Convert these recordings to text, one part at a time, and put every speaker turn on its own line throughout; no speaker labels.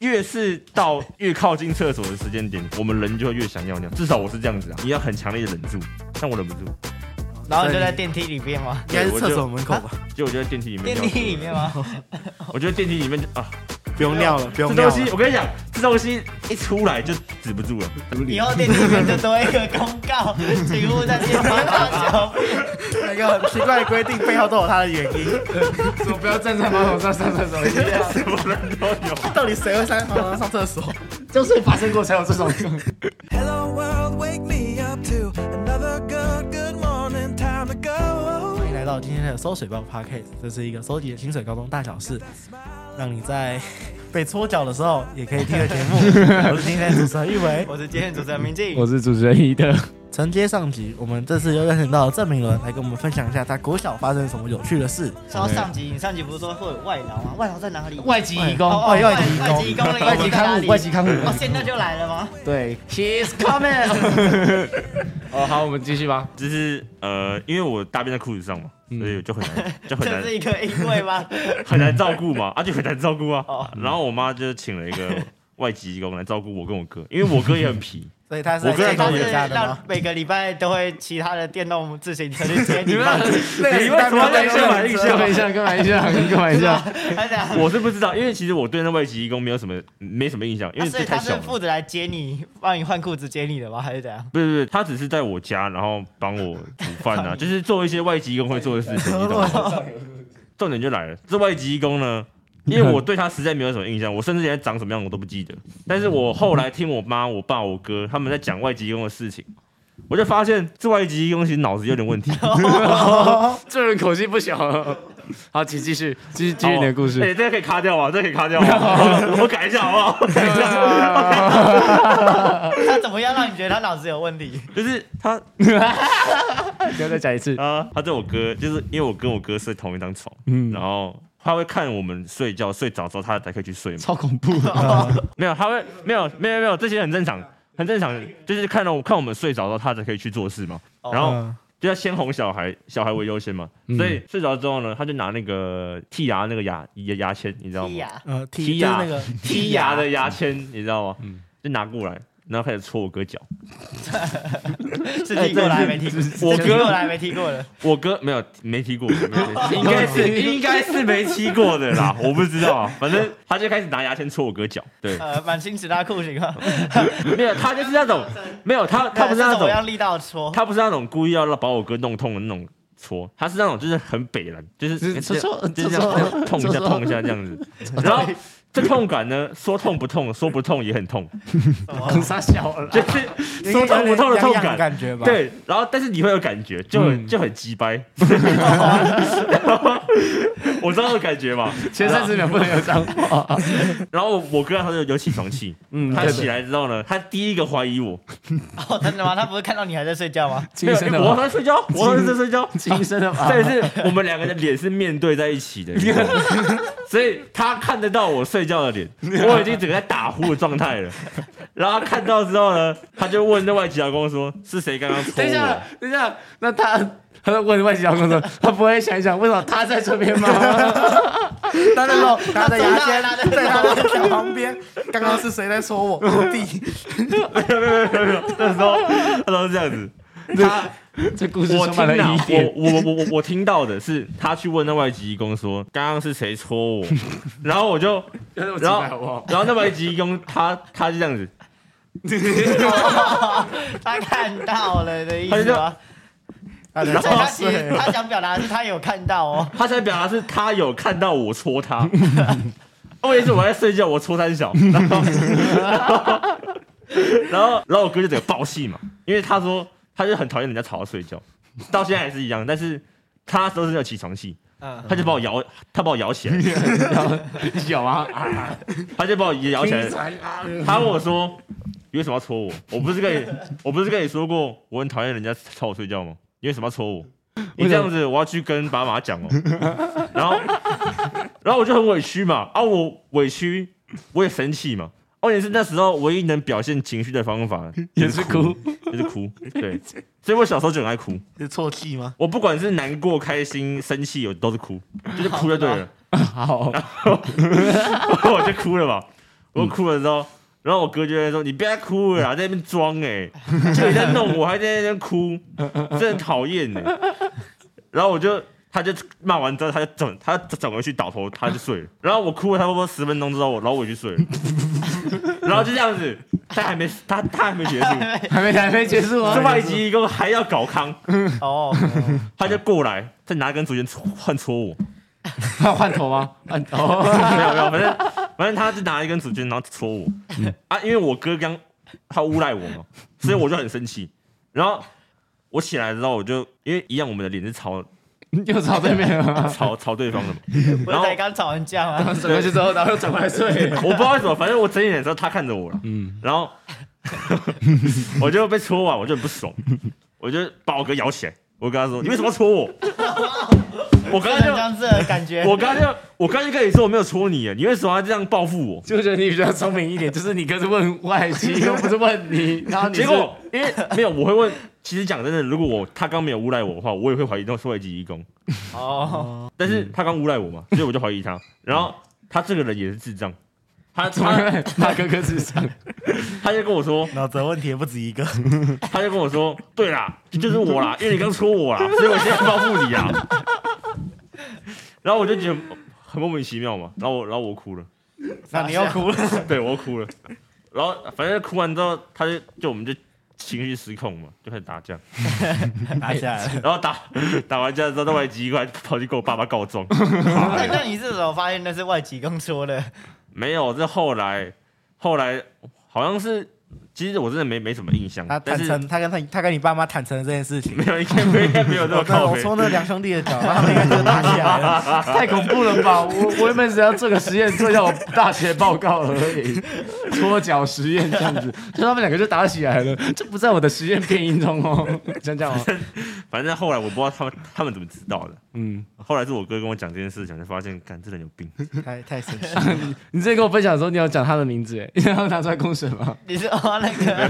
越是到越靠近厕所的时间点，我们人就会越想尿尿。至少我是这样子啊，你要很强烈的忍住，但我忍不住，
然后你就在电梯里面吗？
应该是厕所门口吧，
就我就在电梯里面
电
尿。
梯里面吗？
我觉得电梯里面就啊，
不用尿了，不
这
用尿
东西
了。
我跟你讲，这东西一出来就止不 住了。
以后电梯里面就多一个公告，请勿在电梯上小便。
那个很奇怪的规定背后都有它的原 因，
说不要站在马桶上上厕所，
什么人都有。
到底谁会上马上上厕所？
就是发生过才有这种。
Hello world, wake me up to another good, good morning, time to go.
欢迎来到今天的收水报 Podcast，这是一个收集的清水高中大小事，让你在被搓脚的时候也可以听的节 目。我是今天的主持人玉伟。
我是今天的主持人明静，
我是主持人一德，
承接上集，我们这次又邀请到郑明伦来跟我们分享一下他国小发生什么有趣的事。
说上集，你上集不是说会有外劳吗？外劳在哪里？
外籍义
哦
工，
哦
外
外
外籍义工
外籍义工，
外籍看护，外籍 看护。
哦，现在就来了吗
对，
？She's coming。
哦，好，我们继续吧。
就是呃，因为我大便在裤子上嘛，所以就很 难，就很
这
难
嗯是一个因为吗？
很难照顾嘛，啊就很难照顾啊
哦。
然后我妈就请了一个 外籍义工来照顾我跟我哥，因为我哥也很皮。
所以他是
我跟
在
他
他
同
高
一
铁
个
是
家的吗
让？每个礼拜都会骑他的电动自行车去接你们，
那个
你
时
为
代
什
不
么在
要再
这
说
买一
开玩
下？
笑，开玩笑，开玩笑。
他讲，
我是不知道，因为其实我对那外籍义工没有什么没什么印象，因
啊
为
所以
这
他
太
是
小了。
负责来接你，帮你换裤子接你的吗？还是 怎样？
不是不是，他只是在我家，然后帮我煮饭 啊，就是做一些外籍义工会做的事情，你懂吗？重点就来了，这外籍义工呢，
嗯
因为我对他实在没有什么印象，我甚至连长什么样我都不记得。但是我后来听我妈、我爸、我哥他们在讲外籍义工的事情，我就发现这外籍义工其实脑子有点问 题。
这人口气不小。好，请继续，继续继
好
续你的故
哎、
事。
这个可以卡掉啊，这个可以卡掉啊，我改一下好不好？我 改一下，啊
他怎么样让你觉得他脑子有问题？
就是他
不要再讲一次。
啊，他对我哥，就是因为我跟我哥睡同一张床，
嗯
然后他会看我们睡觉，睡着之后他才可以去睡嘛。
超恐怖。
没有，他会没有没有没有，这些很正常，很正常，就是看到我看我们睡着之后，他才可以去做事嘛。
哦
然后
嗯
就要先哄小孩，小孩为优先嘛。
嗯
所以睡着之后呢，他就拿那个剔牙那个牙牙牙签，你知道
踢
吗？
呀，
呃，
踢
踢就是
呀
那个
剔牙的牙签，你知道吗
嗯？
就拿过来，然后开始戳我哥脚。
是踢过来没踢过？
我
是踢过
哥
来没踢过的，
我哥没有没踢 过，没有没有应该是应该是没踢过的 啦，我不知道啊。反正他就开始拿牙签戳我哥脚，对，
呃，满清十大酷刑啊！
没有他就是那 种没有他他不是那
怎么
种
样力道戳？
他不是那种故意要把我哥弄痛的那种戳，他是那种就是很北蓝，就是
就是
就是
戳
就是这
戳
样啊这
戳
样痛一下
戳戳
痛一下这样 子，然后这痛感呢，说痛不痛，说不痛也 很痛，
很傻小了。
就是 说痛不痛的痛
痒痒的
感。
感觉吧？，
对，然后但是你会有感觉，就很、
嗯
就很鸡 掰， 我知道那种感觉嘛。
前三十秒不能有脏话。
然后我哥他就有起床气，
嗯
他起来之后呢，他第一个怀疑我，
哦，真的吗？他不是看到你还在睡觉吗？
没有，
亲生的
我
吧，
在睡觉，我在睡觉，
亲生的 吧。
但是我们两个的脸是面对在一起的，你 知道吗所以他看得到我睡觉的脸，我已经整个在打呼的状态了。然后他看到之后呢，他就问那外籍老公说：“是谁刚刚戳
等一下
我，
等一下，那他他在问外籍劳工 说，他不会想一想，为什么他在这边吗？
他那时候拿着牙签
他走到
在他的脚旁边，刚刚是谁在说我？我 弟，？”
那时候，那时候是这样子。他
这 故事
我
充满了
听到
疑
我
点。
我我我我我听到的是他去问那外籍义工说：“刚刚是谁戳 我？”然后我就，
然
然后
好不好？
然后那外籍义工他他就这样子，
他看到了的意
他
思
就
吗？
然
所以他其实
对，
他想表达的是他有看到 哦。
他想表达是他有看到我戳 他，我也是我在睡觉，我戳三小，然后 然后然后我哥就整个爆气嘛，因为他说他就很讨厌人家吵他睡觉，到现在还是一样，但是他都是有起床气，
嗯，
他就把我摇，他把我摇起来，
有啊啊，
他就把我摇起来，
啊，
他问我说你为什么要戳我？我不是跟你 我不是跟你说过我很讨厌人家吵我睡觉吗？你为什么要戳我？你这样子，我要去跟爸妈讲哦。 然后，然后我就很委屈嘛，啊，我委屈，我也生气嘛。而且是那时候唯一能表现情绪的方法
也是哭。
就是哭，对，所以我小时候就很爱哭。
是错气 吗？
我不管是难过、开心、生气， 我都是哭，就是哭就对了，
好，
我就哭了嘛。我哭了之后，然后我哥就在说：“你别再哭了啦，在那边装哎，就你在弄我，还在那边哭，真的讨厌呢。”然后我就。他就骂完之后，他就转，他转回去倒头，他就睡了。然后我哭了差不多十分钟之后，然后我就睡了。然后就这样子，他还没他他还没结束，
还没还没结束啊
这！外籍一个还要搞康，
哦，
他就过来，再拿根竹签戳换戳我，
他换头吗？换头。
没 有没有，反正反正他就拿一根竹签，然后戳我啊，因为我哥刚他诬赖我嘛，所以我就很生气。然后我起来之后，我就因为一样，我们的脸是朝
又朝对面 了，
朝朝对方的嘛，
不
然
是
后
才刚吵完架吗？
转过去之后，然后又转过 来睡。
我不知道为什么，反正我睁眼的时候他看着我了，
嗯，
然后 我就被戳啊完，我就很不爽，我就把我哥摇起来，我跟他说：“你为什么要戳我？”我刚
真
刚
的
就
这样子的感觉，
我刚就我刚就跟你说我没有戳你，啊你为什么要这样报复我？
就觉得你比较聪明一点，就是你哥是问外 籍，又不是问你，然后你是
结果因为 没有，我会问。其实讲真的，如果我他刚没有诬赖我的话，我也会怀疑他是外籍义工。
哦，
但是他刚诬赖我嘛，所以我就怀疑他。然后他这个人也是智障，他
怎么
他
会骂哥哥智商？
他就跟我说，
脑子的问题也不止一 个，
他就跟我说，对啦，就是我啦，因为你刚戳我啦，所以我现在报复你啊。然后我就觉得很莫名其妙嘛，然后我然后我哭了。
那你又哭了，
对我哭了，然后反正哭完之后，他就就我们就情绪失控嘛，就开始打架，
拿下来了。
然后打 打完架之后，那外籍过来跑去跟我爸爸告状，
那那你是怎么发现那是外籍工说的？
没有，这后来后来好像是，其实我真的没没什么印象
他，
但
坦
是
诚，他跟他他跟你爸妈坦诚了这件事情
没。有应该 没有应该没有这么
我
靠
哦啊我
背，
戳那两兄弟的脚，他们应该就打起 来了。
太恐怖了吧！我我原本只要做个实验，做一下我大学报告而已， 搓脚实验这样子，就他们两个就打起来了，这不在我的实验片音中 哦，讲讲哦，
反正后来我不知道他们他们怎么知道的，
嗯，
后来是我哥跟我讲这件事情，才发现，干这人有 病，
太太神奇了，
你之前跟我分享的时候，你有讲他的名字，哎， 然后拿出来公审吗？
你是哦那个，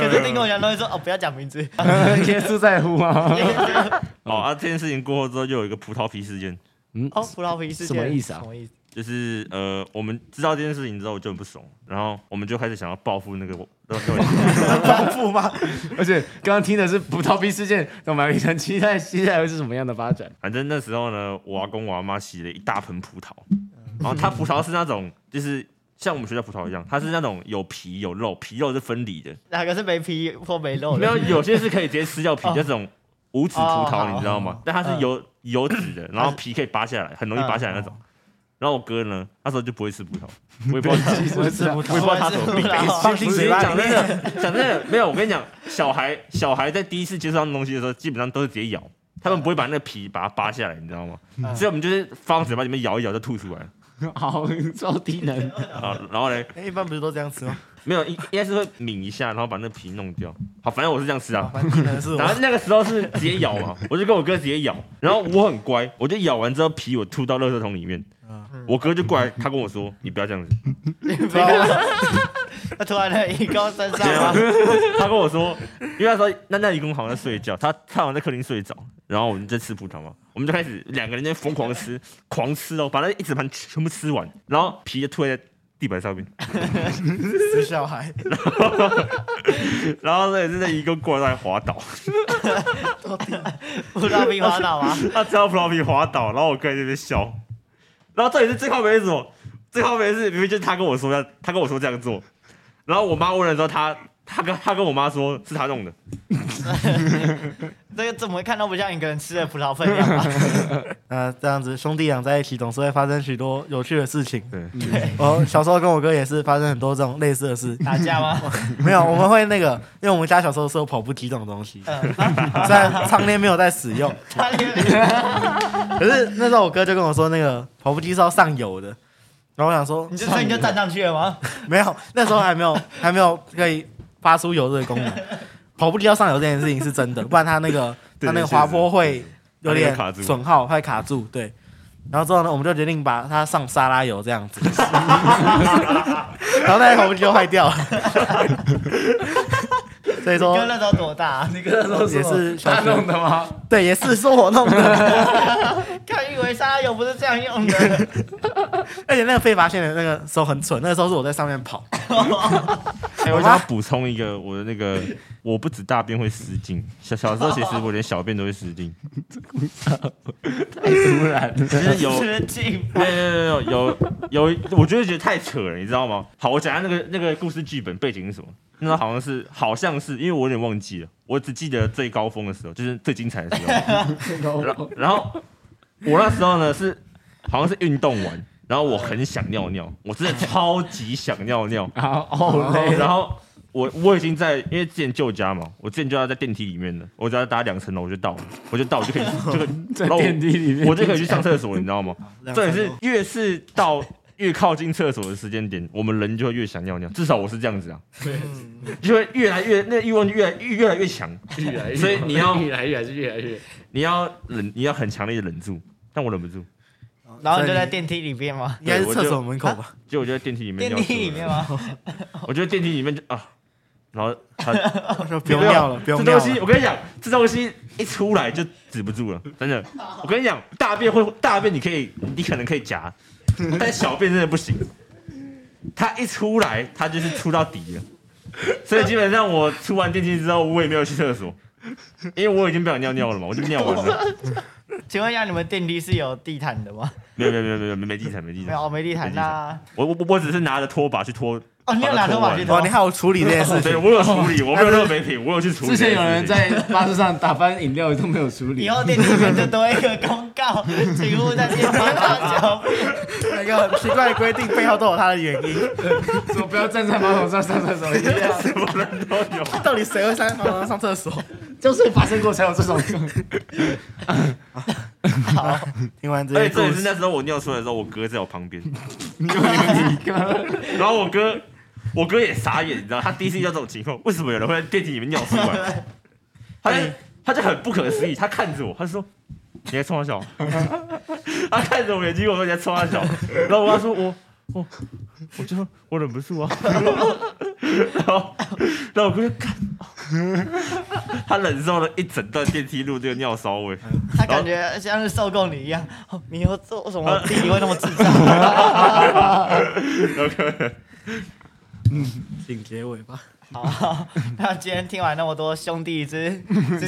可是你跟我讲都会说哦不要讲名字，
耶稣在乎吗？
哦啊，这件事情过后之后，就有一个葡萄皮事件。
嗯，
哦葡萄皮事件
什么意思啊
什么意思？
就是呃，我们知道这件事情之后，我就很不爽，然后我们就开始想要报复那个 我，
报复吗？
而且刚刚听的是葡萄皮事件，那我们很期待接下来会是什么样的发展？
反正那时候呢，我阿公我阿妈洗了一大盆葡萄，
嗯
然后它葡萄是那种就是像我们学校葡萄一样，它是那种有皮有肉，皮肉是分离的，
哪个是没哦皮或没肉
没
的？
有有些是可以直接吃掉皮，那种无籽葡
哦
萄
好嗯
你知道吗？但它是有有籽的，然后皮可以拔下来，很容易拔下来那
嗯
种。然后我哥呢，那时候就不会吃葡萄，我也 不知道他。
我知道，
我也不知道他什 么病。
放进嘴巴里
讲真的，讲真的，没有。我跟你讲，小孩小孩在第一次接触到那东西的时候，基本上都是直接咬，他们不会把那个皮把它扒下来，你知道吗？
嗯
所以我们就是放嘴巴里面咬一咬就吐出来
好超低能，
啊。然后嘞，
哎一般不是都这样吃吗？
没有，应应该是会抿一下，然后把那皮弄掉。好，反正我是这样吃啊。
反正可能是
然后
我。
那个时候是直接咬嘛，我就跟我哥直接咬，然后我很乖，我就咬完之后皮我吐到垃圾桶里面，
嗯
我哥就过来，他跟我说：“你不要这样子。”
没有。他突然的移到身上
对啊
吗？，
他跟我说，因为那时候那那义工好像在睡觉，他他好像在客厅睡着，然后我们在吃葡萄嘛，我们就开始两个人在疯狂吃，狂吃哦，把那一整盘全部吃完，然后皮就吐在地板上面，
死小孩，
然后那也是那义工过来他还滑倒，
不知道皮滑倒吗？
他吃到葡萄皮滑倒，然后我哥在那边笑，然后这也是最靠北是什么？最靠北是明明就是他跟我说要，他跟我说这样做，然后我妈问了之后，他他跟他跟我妈说是他弄的，
这个怎么看都不像一个人吃的葡萄分量吧？
那这样子兄弟俩在一起总是会发生许多有趣的事情。
对，
嗯
我小时候跟我哥也是发生很多这种类似的 事，
打架吗？
没有，我们会那个，因为我们家小时候是有跑步机这种 东西，
嗯，
虽然常年没有在使用，
他连
可是那时候我哥就跟我说，那个跑步机是要上油的，然后我想说
你就所以你就站上去了吗？
没有，那时候还没 有还没有可以发出油这个功能，跑步机要上油这件事情是真的，不然它那个
对
它那个
确实
滑坡会有点
它那个卡住
损耗，会卡住，对。然后之后呢，我们就决定把它上沙拉油这样 子， 然后那台跑步机就坏掉了。所以说
你哥那时候多大？啊你哥那时候
也是小
他
学
弄的吗？
对，也是是我弄 的，
看以为沙拉油不是这样用的，
而且那个被发现的那个时候很蠢，那个时候是我在上 面跑，
哎、我想要补充一个，我的那 个我不止大便会失禁，小小时候其实我连小便都会失 禁，
太突然了，
其实有。
是进
有有有有有，我觉得觉得太扯了，你知道吗？好，我讲一下那个那个故事剧本背景是什么。那时候好像是好像是，因为我有点忘记了，我只记得最高峰的时候，就是最精彩的时候。 然后然后我那时候呢是好像是运动完，然后我很想尿尿，我真的超级想尿尿，
然后哦嘞，
然后我我已经在，因为之前旧家嘛，我之前旧家在电梯里面的，我只要搭两层楼我就到了，我就到，我就可以 就可以
在电梯里面，
我就可以去上厕所，你知道吗？这也是越是到 越靠近厕所的时间点，我们人就会越想尿尿，至少我是这样子啊，
嗯
就会越来越那欲望就越来越越来越强，
越来越，
所以你要
越来越还是越来越，
你要忍，你要很强烈的忍住，但我忍不住，
然后你就在电梯里面吗？
应该是厕所门口吧？
结果我就在电梯里面
电
尿
梯里
出
面
来，
吗？
我就在电梯里面就啊，然后他
我说不用尿了，不用
这
尿
东西
了。
我跟你讲，这东西一出来就止不住了，真的。我跟你讲，大便会大便，你可以，你可能可以夹，但小便真的不行。它一出来，它就是出到底了。所以基本上我出完电梯之后，我也没有去厕所，因为我已经不想尿尿了嘛，我就尿完了。
请问一下，你们电梯是有地毯的吗？
没有没有没有没有没没地毯没地
没
毯，
有，哦没地毯那
我我我只是拿着拖把去拖。
哦，你有拿拖把去
我
拖
哇，你？还有处理这件事
对，
情，
我有处理，我没有那个没品，我有去处理
哦之
这件事情。
前有人在巴士上打翻饮料都没有处理
以，后电梯里面就多一个公告，请勿在电梯大小便。
那个很奇怪的规定背后都有它的原因。
说不要站在马桶上上厕所一样，
什么人都有。
到底谁会上马上上厕所？
就是发生过才有这种。
好，
听完这
而且
些故
这也哎是
事，
那时候我尿出来的时候，我哥在我旁边。
你有你哥，
然后我哥，我哥也傻眼，你知道，他第一次遇到这种情况，为什么有人会在电梯里面尿出来？ 他
哎
就他就很不可思议，他看着我，他说：“你在冲他笑？” 他看着我眼睛，我说：“你在冲他笑？”然后我跟他说：“我我我就说我忍不住啊。” 然后然后我哥就 看，他忍受了一整段电梯路这个尿骚 味。
他感觉像是受够你一样。哦你以后做为什么我弟弟会那么智障？
请结尾吧。
好，那今天听完那么多兄弟之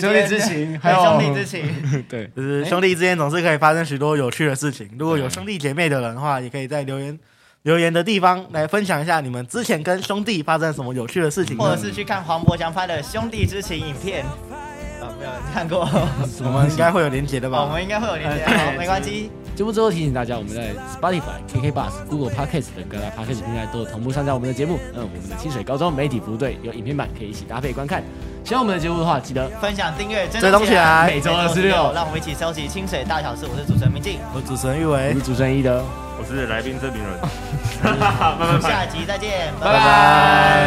兄弟之情还
还
有
兄弟之情，
对，
就是兄弟之间总是可以发生许多有趣的事情。如果有兄弟姐妹的人的话，也可以在留言留言的地方来分享一下你们之前跟兄弟发生什么有趣的事情呢。
或者是去看黄渤强拍的《兄弟之情》影片。啊，没有人 看过，哦
我们应该会有连结的吧？
我
哦
们应该会有连接，好没关系。
节目最后提醒大家，我们在 Spotify、KK Bus、Google Podcast 等各大 Podcast 平台都有同步上架我们的节目。嗯，我们的清水高中媒体服务队有影片版可以一起搭配观看。喜欢我们的节目的话，记得
分享、订阅、
追踪起来
每周二十六，让我们一起收集清水大小事。我是主持人明静，
我主持人玉
我
维
是，主持人一德。
我是来宾这名人，慢慢拍。
下集再见，拜
拜拜。